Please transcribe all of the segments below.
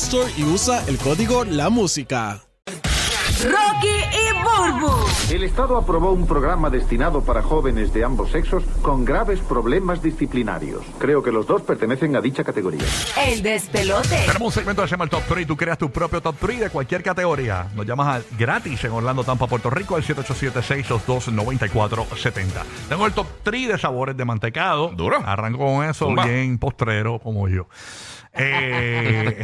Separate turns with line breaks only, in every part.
Store y usa el código La Música.
Rocky y Burbu,
El Estado aprobó un programa destinado para jóvenes de ambos sexos con graves problemas disciplinarios. Creo que los dos pertenecen a dicha categoría.
el despelote.
Tenemos un segmento que se llama el Top 3. Tú creas tu propio Top 3 de cualquier categoría. Nos llamas al gratis en Orlando, Tampa, Puerto Rico, al 787-622-9470. Tengo el Top 3 de sabores de mantecado.
Duro.
Arranco con eso,
Zumba.
bien postrero como yo. Eh,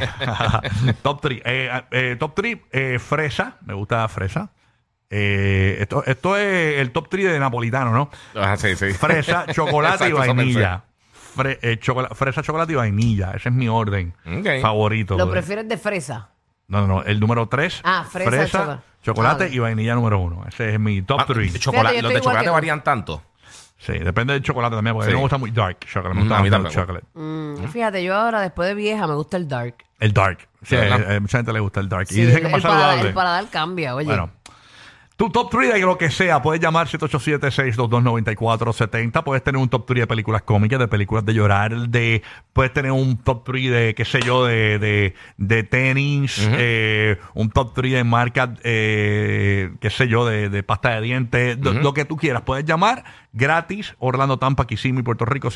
top 3. top 3, fresa. Me gusta la fresa. Eh, esto, esto es el top 3 de napolitano, ¿no?
Ah, sí, sí.
Fresa, chocolate y
Exacto, eso
vainilla. Fre- eh, chocola- fresa, chocolate y vainilla. Ese es mi orden
Ok.
favorito.
¿Lo
de-
prefieres de fresa?
No, no, no. El número 3.
Ah, fresa, chocolate.
chocolate
Ah, ok.
y vainilla número 1. Ese es mi top
Ah,
3.
chocolate-
Fíjate, yo estoy
los de
igual
chocolate
que tú.
varían tanto.
sí, depende del chocolate también, porque
Sí.
a mí me gusta muy dark chocolate. Me
Mm,
gusta
a mí
bastante el
tampoco.
chocolate.
Mm, Fíjate, yo ahora después de vieja me gusta el dark.
El dark. Sí,
Sí, ¿verdad?
eh, eh, mucha gente le gusta el dark.
Sí,
y dice
el-
que es más
el paladar-
saludable.
el paladar cambia, oye.
Bueno. Tu top 3 de lo que sea, puedes llamar 787-622-9470, puedes tener un top 3 de películas cómicas, de películas de llorar, de puedes tener un top 3 de, qué sé yo, de, de, de tenis, eh, un top 3 de marcas, eh, qué sé yo, de, de pasta de dientes, lo- lo que tú quieras. Puedes llamar gratis Orlando Tampa, Kissimmee, Puerto Rico,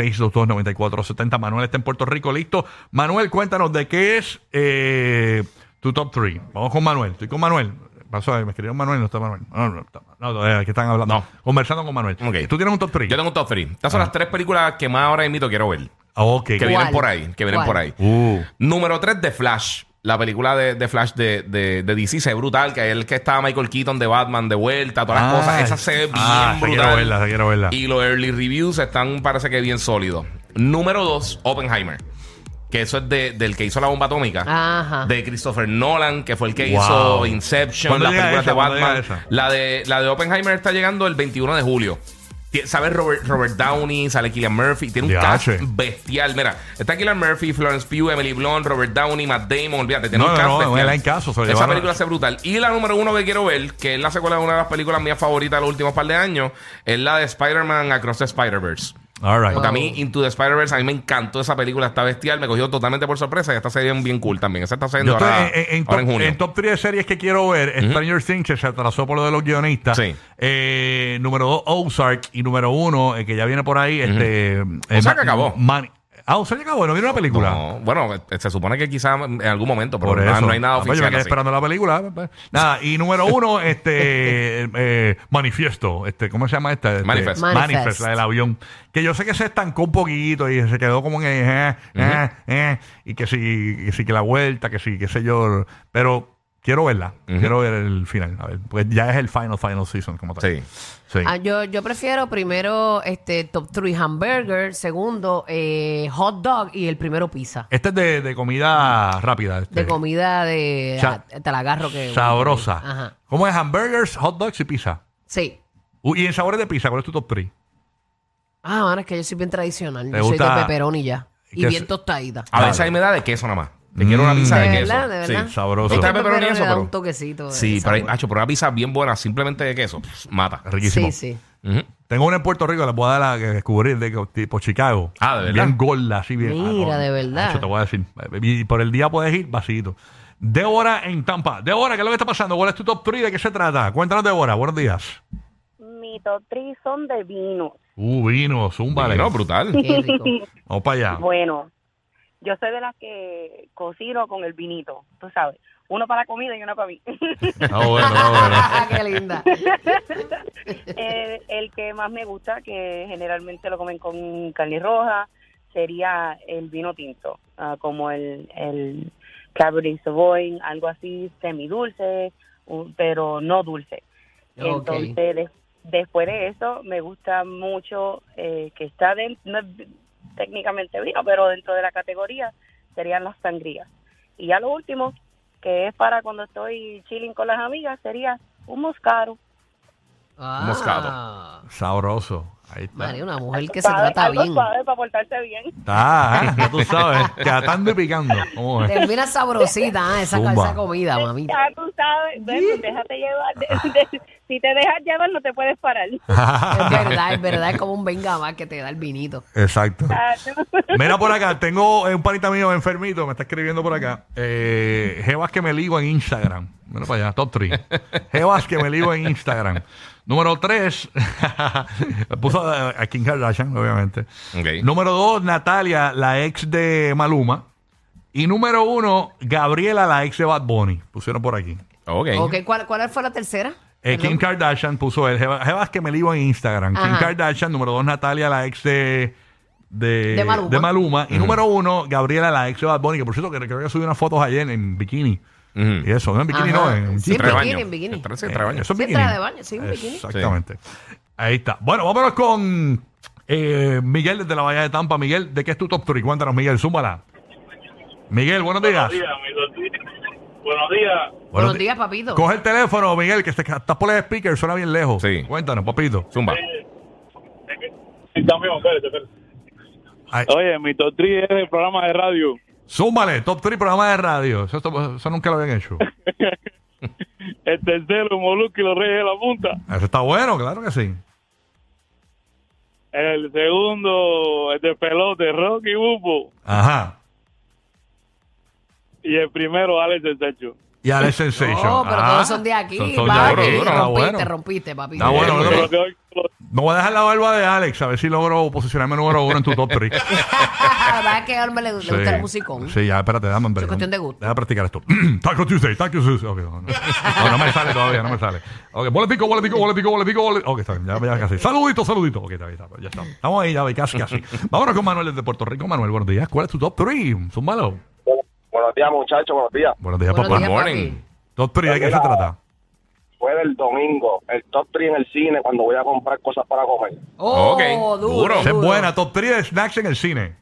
787-622-9470. Manuel está en Puerto Rico, listo. Manuel, cuéntanos de qué es... eh, tu top 3. Vamos con Manuel. Estoy con Manuel. Pasó, eh, me escribió Manuel, no está Manuel. No, no, está- no, no, eh, que están hablando.
No.
Conversando con Manuel.
Ok.
Tú tienes un top 3.
Yo tengo un top 3. Estas son
Ah.
las tres películas que más ahora invito quiero ver.
Ok.
Que
¿Cuál?
vienen por ahí. Que
¿Cuál?
vienen por ahí.
Uh.
Número 3 de Flash. La película de, de Flash de, de, de DC se ve brutal. Que el que estaba Michael Keaton de Batman de vuelta, todas las
Ah,
cosas. Esa se ve bien
ah, esa
brutal.
quiero verla, esa quiero verla.
Y los early reviews están, parece que bien sólidos. Número 2, Oppenheimer. Que eso es de- del que hizo la bomba atómica.
Ajá.
De Christopher Nolan, que fue el que
Wow.
hizo Inception,
¿Cuándo
las
llega
películas
esa?
de
¿Cuándo
Batman.
llega esa?
La de, la de Oppenheimer está llegando el 21 de julio. Tie- Sale Robert, Robert Downey, sale Killian Murphy. Tiene un
Ya,
cast
che.
bestial. Mira, está Killian Murphy, Florence Pugh, Emily Blunt, Robert Downey, Matt Damon. Olvídate, tiene
No,
un
no,
cast
no,
bestial.
era en caso, se lo
Esa
llevaron.
película está brutal. Y la número uno que quiero ver, que es la secuela de una de las películas mías favoritas de los últimos par de años, es la de Spider-Man Across the Spider-Verse.
All right.
Porque a
Wow.
mí, Into the Spider-Verse, a mí me encantó esa película, está bestial, me cogió totalmente por sorpresa y esta serie es bien cool también. Esa está saliendo
Yo estoy
ahora,
en, en- en
ahora en
top,
junio.
en top 3 de series que quiero ver. Stranger Things que se atrasó por lo de los guionistas.
Sí.
Eh, número 2, Ozark. Y número 1, que ya viene por ahí. este, eh,
Ozark
Ma-
acabó.
Man- ah, Ozark acabó. No viene una película.
No, bueno, eh, se supone que quizás en algún momento, pero
Por
no,
eso.
no hay
Ah,
nada
pues Yo me
oficial.
quedé
así.
esperando la película. pues, Nada, y número uno, este eh, manifiesto. Este, ¿Cómo se llama esta? Este,
Manifest.
Manifest.
Manifest.
la del avión. Que yo sé que se estancó un poquito y se quedó como en eh, eh, eh, y que si, que si que la vuelta, que si, qué sé yo. Pero quiero verla. Quiero ver el final. A ver, pues ya es el final, final season como tal.
Sí.
Sí.
Ah, yo, yo prefiero primero este top 3 hamburger, segundo eh, hot dog y el primero pizza.
Este es de, de comida rápida.
De
este.
comida de
Sa-
ah, te la agarro que
Sabrosa.
Ajá.
¿Cómo es? Hamburgers, hot dogs y pizza.
Sí.
Uy, y en sabores de pizza, ¿cuál es tu top 3?
Ah, mano, es que yo soy bien tradicional.
¿Te
Yo
gusta-
soy de peperón y ya. Y
que Ah,
bien
es-
tostadita.
A veces ahí me da de queso nada más. Te quiero una pizza de,
de
queso.
verdad, de verdad.
Sí, sabroso.
Es que
¿Está
el
pepperoni
pepperoni
eso,
le da
pero-
un toquecito. de
Sí, pero, hay,
sabor.
macho, pero una pizza bien buena, simplemente de queso, pff, mata.
Riquísimo.
Sí, sí.
Ujú.
Tengo una en Puerto Rico, la voy a dar a que descubrir, de que- tipo Chicago.
Ah, ¿de verdad?
Bien gorda, así bien.
Mira, de verdad.
Eso te voy a decir. Y por el día puedes ir vacío. Débora en Tampa. Débora, ¿qué es lo que está pasando? ¿Cuál es tu top 3? ¿De qué se trata? Cuéntanos, Débora. Buenos días.
mi top 3 son de vino.
Uh, vino, zúmbale.
No, brutal.
Qué rico.
Vamos para allá.
Bueno, yo soy de las que cocino con el vinito, tú sabes. Uno para la comida y uno para mí.
Ah, bueno, ah, bueno.
Qué linda.
el, Eh, el que más me gusta, que generalmente lo comen con carne roja, sería el vino tinto, ah, como el, el Cabernet Sauvignon, algo así semidulce, un- pero no dulce.
Ok.
Entonces, de- después de eso, me gusta mucho eh, que está dentro, no es vi- técnicamente vino, pero dentro de la categoría serían las sangrías. Y ya lo último, que es para cuando estoy chilling con las amigas, sería un moscaro.
Ah,
Moscato.
Sabroso. Ahí está.
María, una mujer que se
Suave,
trata
algo
bien.
suave para portarse bien.
Ah, ah, ya tú sabes. Catando y picando. ¿Cómo es?
Termina sabrosita ah, esa,
Zumba.
esa comida, mamita.
Ya tú sabes, bueno, déjate llevar. de- de- si te dejas llevar, no te puedes parar.
Es verdad, es verdad, es como un venga más que te da el vinito.
Exacto.
Ah, no.
Mira por acá, tengo eh, un panita mío enfermito, me está escribiendo por acá. Eh, Jebas que me ligo en Instagram. Mira para allá, top 3. Jebas que me ligo en Instagram. Número 3, puso a, a Kim Kardashian, obviamente.
Ok.
Número 2, Natalia, la ex de Maluma. Y número 1, Gabriela, la ex de Bad Bunny. Pusieron por aquí.
Ok.
Ok, ¿cuál, ¿cuál fue la tercera?
Eh, Kim
Perdón.
Kardashian puso el Jebas Jebas que me ligo en Instagram. Kim
Ajá.
Kardashian, número dos, Natalia, la ex de. De,
De Maluma.
Y número uno, Gabriela, la ex de Bad Bunny, que por cierto, que creo que subí unas fotos ayer en bikini.
Ujú.
Y eso, no en bikini,
Ajá.
no, en
Sí,
jean.
pero-
Tres
bikini,
baños.
en bikini.
Tres-
Eh,
tres baños.
Eso es
Sí,
bikini.
traje de baño, sí, un bikini.
Exactamente. Ahí está. Bueno, vámonos con eh, Miguel desde la Bahía de Tampa. Miguel, ¿de qué es tu top 3? Cuéntanos, Miguel, zúmbala. Miguel, buenos días.
Buenos días, mi doctor. Buenos días.
Buenos
di-
días, papito.
Coge el teléfono, Miguel, que se- que estás por el speaker, suena bien lejos.
Sí.
Cuéntanos, papito.
Zumba.
Eh, Es que- Estamos bien, espérate, espérate.
Ay,
Oye, mi top 3 es el programa de radio.
Súmale, top 3 programa de radio. Eso, esto- eso nunca lo habían hecho.
El tercero, Molusco y los Reyes de la Punta.
Eso está bueno, claro que sí.
El segundo, el de pelote, Rocky Bupo.
Ajá.
Y el primero, Alex el Secho.
Y Alex Sensation.
No, Oh, pero
Ah,
todos son de aquí.
son- son de
papi.
duro, duro, está
rompiste,
bueno.
rompiste, papito.
Está bueno,
Bien,
no,
bien.
te- no voy a dejar la barba de Alex, a ver si logro posicionarme número uno en tu top 3.
La verdad es que a Orme le, le gusta el musicón.
Sí, ya, espérate, dame un break.
Es cuestión de gusto.
Deja practicar esto. Taco Tuesday, Taco Tuesday. Ok, no, no. No, no me sale todavía, no me sale. Ok, bola de pico, bola de pico, bola de pico, bola de pico, bola de- Ok, está bien, ya, ya casi. Saludito, saludito. Ok, está bien, está bien, ya está. Estamos ahí, ya ve, casi, casi. Vámonos con Manuel desde Puerto Rico. Manuel, buenos días. ¿Cuál es tu top 3? Zúmbalo.
Buenos días, muchachos, buenos días.
Buenos días,
Buenos
papá.
días,
morning.
papi.
Top 3, ¿de qué se trata?
Fue el domingo, el top 3 en el cine cuando voy a comprar cosas para comer.
Oh,
Ok, duro.
duro.
Esa es buena, top 3 de snacks en el cine.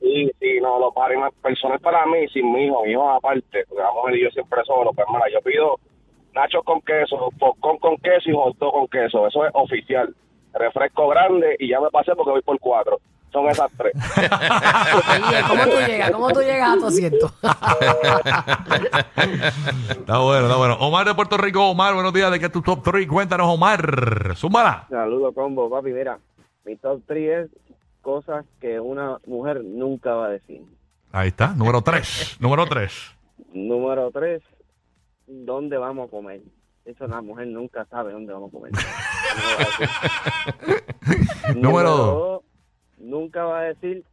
Y si no, lo paren personal para mí, sin mi hijo, mi hijo aparte, porque la mujer y yo siempre solo, pero hermana, yo pido nachos con queso, popcorn con queso y hot dog con queso, eso es oficial. Refresco grande y ya me pasé porque voy por cuatro. Son esas tres.
Oye, ¿cómo tú llegas? ¿Cómo tú llegas a tu asiento?
Está bueno, está bueno. Omar de Puerto Rico, Omar, buenos días. ¿De qué es tu top 3? Cuéntanos, Omar. Zúmbala.
Saludo combo, papi. Mira, mi top 3 es cosas que una mujer nunca va a decir.
Ahí está, número 3. número 3.
Número 3, ¿dónde vamos a comer? Eso la mujer nunca sabe dónde vamos a comer.
Número dos.
dos, Nunca va a decir,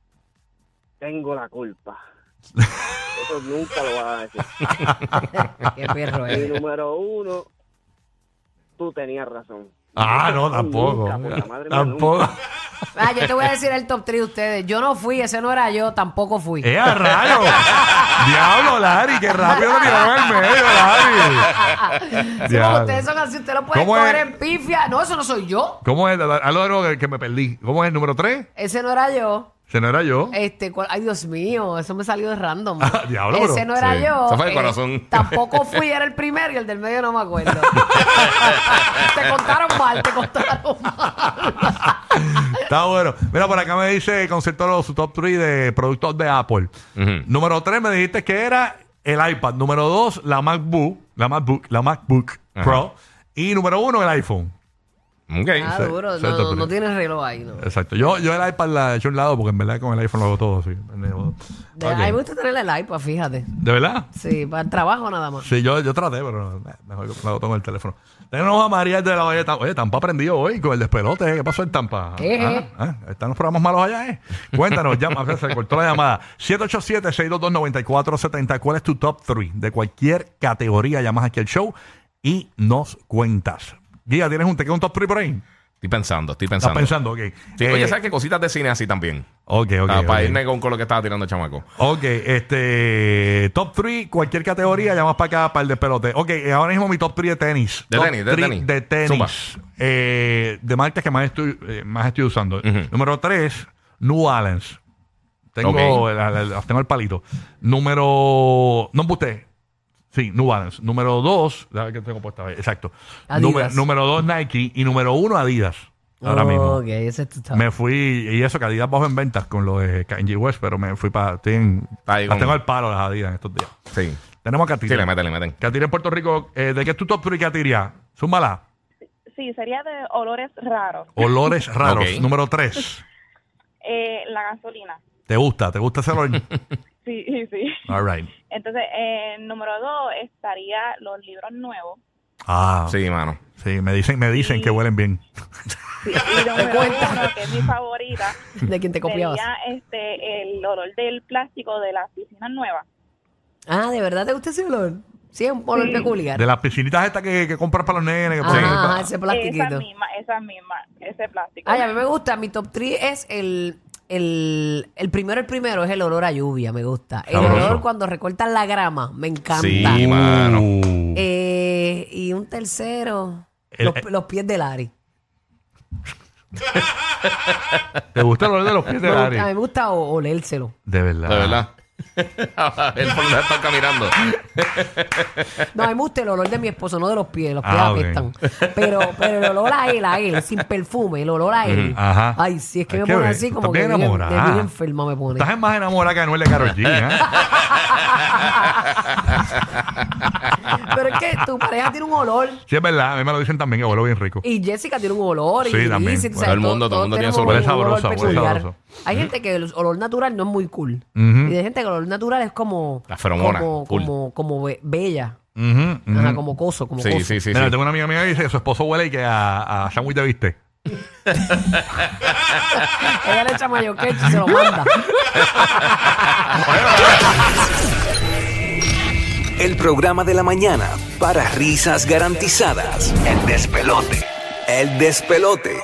tengo la culpa. Eso nunca lo va a decir.
Qué perro
Y
es.
número uno, tú tenías razón.
Ah, no, tampoco.
Nunca, por la madre mía,
tampoco.
nunca.
Ah, yo te voy a decir el top 3 de ustedes. Yo no fui, ese no era yo, tampoco fui.
¡Eh, a raro! ¡Diablo, Lari! ¡Qué rápido te tiraron al medio, Lari!
Sí,
Ya.
como ustedes son así, usted lo puede
¿Cómo
coger
es?
en pifia. No, eso no soy yo.
¿Cómo es? Algo algo que- que me perdí. ¿Cómo es el número 3?
Ese no era yo.
Se no era yo.
Este, cual- ay Dios mío, eso me salió de random.
Ah, diablo, pero-
Ese no era
Sí,
yo.
eso fue de
eh,
corazón.
tampoco fui, era el primero y el del medio no me acuerdo. te contaron mal, te contaron mal.
Está bueno. Mira, por acá me dice Concepto su top 3 de productos de Apple.
Ujú.
Número 3 me dijiste que era el iPad. Número 2, la MacBook, la MacBook, la MacBook
Ajá.
Pro. Y número 1, el iPhone.
Ok.
Ah,
Sí,
duro.
sí,
No,
está
no, no
bien.
tienes reloj ahí, ¿no?
Exacto. Yo, yo el iPad la he hecho a un lado porque en verdad con el iPhone lo hago todo. Sí.
De-
Ok.
A mí me gusta tener el iPad, fíjate.
¿De verdad?
Sí, para el trabajo nada más.
Sí, yo, yo traté, pero eh, mejor que lo hago todo con el teléfono. Tenemos a María de la Valle. de Tampa. Oye, Tampa aprendió hoy con el despelote. ¿eh? ¿Qué pasó en Tampa?
¿Qué?
Ah, ah, están los programas malos allá, ¿eh? Cuéntanos, llama, se cortó la llamada. 787-622-9470. ¿Cuál es tu top 3 de cualquier categoría? Llamas aquí al show y nos cuentas. Guía, ¿tienes un, te queda un top 3 por ahí?
Estoy pensando, estoy
Estás pensando,
pensando.
ok.
Sí,
Eh,
oye, ¿sabes qué cositas de cine así también?
Ok, ok.
Ah, para
ok.
irme con, con lo que estaba tirando el chamaco.
Ok, este. Top 3, cualquier categoría, llamas para acá para el despelote. Ok, eh, ahora mismo mi top 3 de tenis.
De
Top
tenis, de
three
tenis.
De
Zumba.
tenis. Eh, de marcas que más estoy, eh, más estoy usando.
Ujú.
Número 3, New Balance. Tengo,
Ok.
el, el- el- tengo el palito. Número. No embuste. Sí, New Balance. Número 2, déjame que tengo puesta, exacto.
Adidas.
Número- Número 2, Nike. Y número 1, Adidas. Ahora
Oh,
mismo.
Ok, ese es tu top.
Me fui, y eso que Adidas bajo en ventas con los de Kanye West, pero me fui para.
Ahí
Las
con-
tengo al palo las Adidas en estos días.
Sí.
Tenemos a
Sí, le
Katiria.
meten, le meten.
Katiria en Puerto Rico, eh, ¿de qué es tu top 3 Katiria? Zúmbala.
Sí, sería de olores raros.
Olores raros.
Ok.
Número 3.
Eh, la gasolina.
¿Te gusta? ¿Te gusta ese olor?
Sí, sí.
All right.
Entonces, eh, número dos estaría los libros nuevos.
Ah, sí.
Sí, mano.
me dicen, me dicen que huelen bien.
Sí, y número uno, que es mi favorita,
¿De quién te copiabas?
sería este, el olor del plástico de las piscinas nuevas.
Ah, ¿de verdad te gusta ese olor? Sí, es un olor peculiar.
De las piscinitas estas que, que compras para los nenes. Que
Ajá,
ponen-
ajá, ese
Esa
plastiquito.
misma, esa misma, ese plástico.
Ay, a mí me gusta. Mi top 3 es el, el, el primero, el primero es el olor a lluvia, me gusta. El
Sabroso.
olor cuando recortan la grama, me encanta.
Sí, mano.
Uh.
Eh, y un tercero,
El- eh,
los, los pies de Lari.
¿Te gusta el olor de los pies de
Me gusta- a mí
Larry?
me gusta o- olérselo.
De
De
verdad.
verdad. Él por donde está caminando.
No, a mí me gusta el olor de mi esposo, no de los pies, los pies
Ah, ok.
apestan. Pero, pero el olor a él, a él, sin perfume, el olor a él.
Ujú, ajá.
Ay, sí, es que
Hay
me
que
pone
ver,
así
tú
como
estás
que
bien
bien, de
enamorada.
bien enferma me pone.
Estás más enamorada que Anuel de Karol G, ¿eh?
Pero es que tu pareja tiene un olor
Sí, es verdad. A mí me lo dicen también que huelo bien rico.
y Jessica tiene un olor.
Sí,
y
también.
Lizzie, tú sabes,
Bueno,
todo el mundo- todo el mundo tiene
todos
su
tenemos
olor.
un
Huele sabroso, huele
peculiar.
sabroso.
Hay gente que el olor natural no es muy cool.
Ujú.
Y hay gente que el olor natural es como...
La feromona,
Como,
cool.
como, como be- bella.
Ujú, ujú.
Ajá, como coso, como
Sí,
coso.
sí, sí.
Mira,
sí.
tengo una amiga mía que dice que su esposo huele y que a, a sándwich de viste.
Ella le echa mayo ketchup y se lo manda.
El programa de la mañana para risas garantizadas. El despelote. El despelote.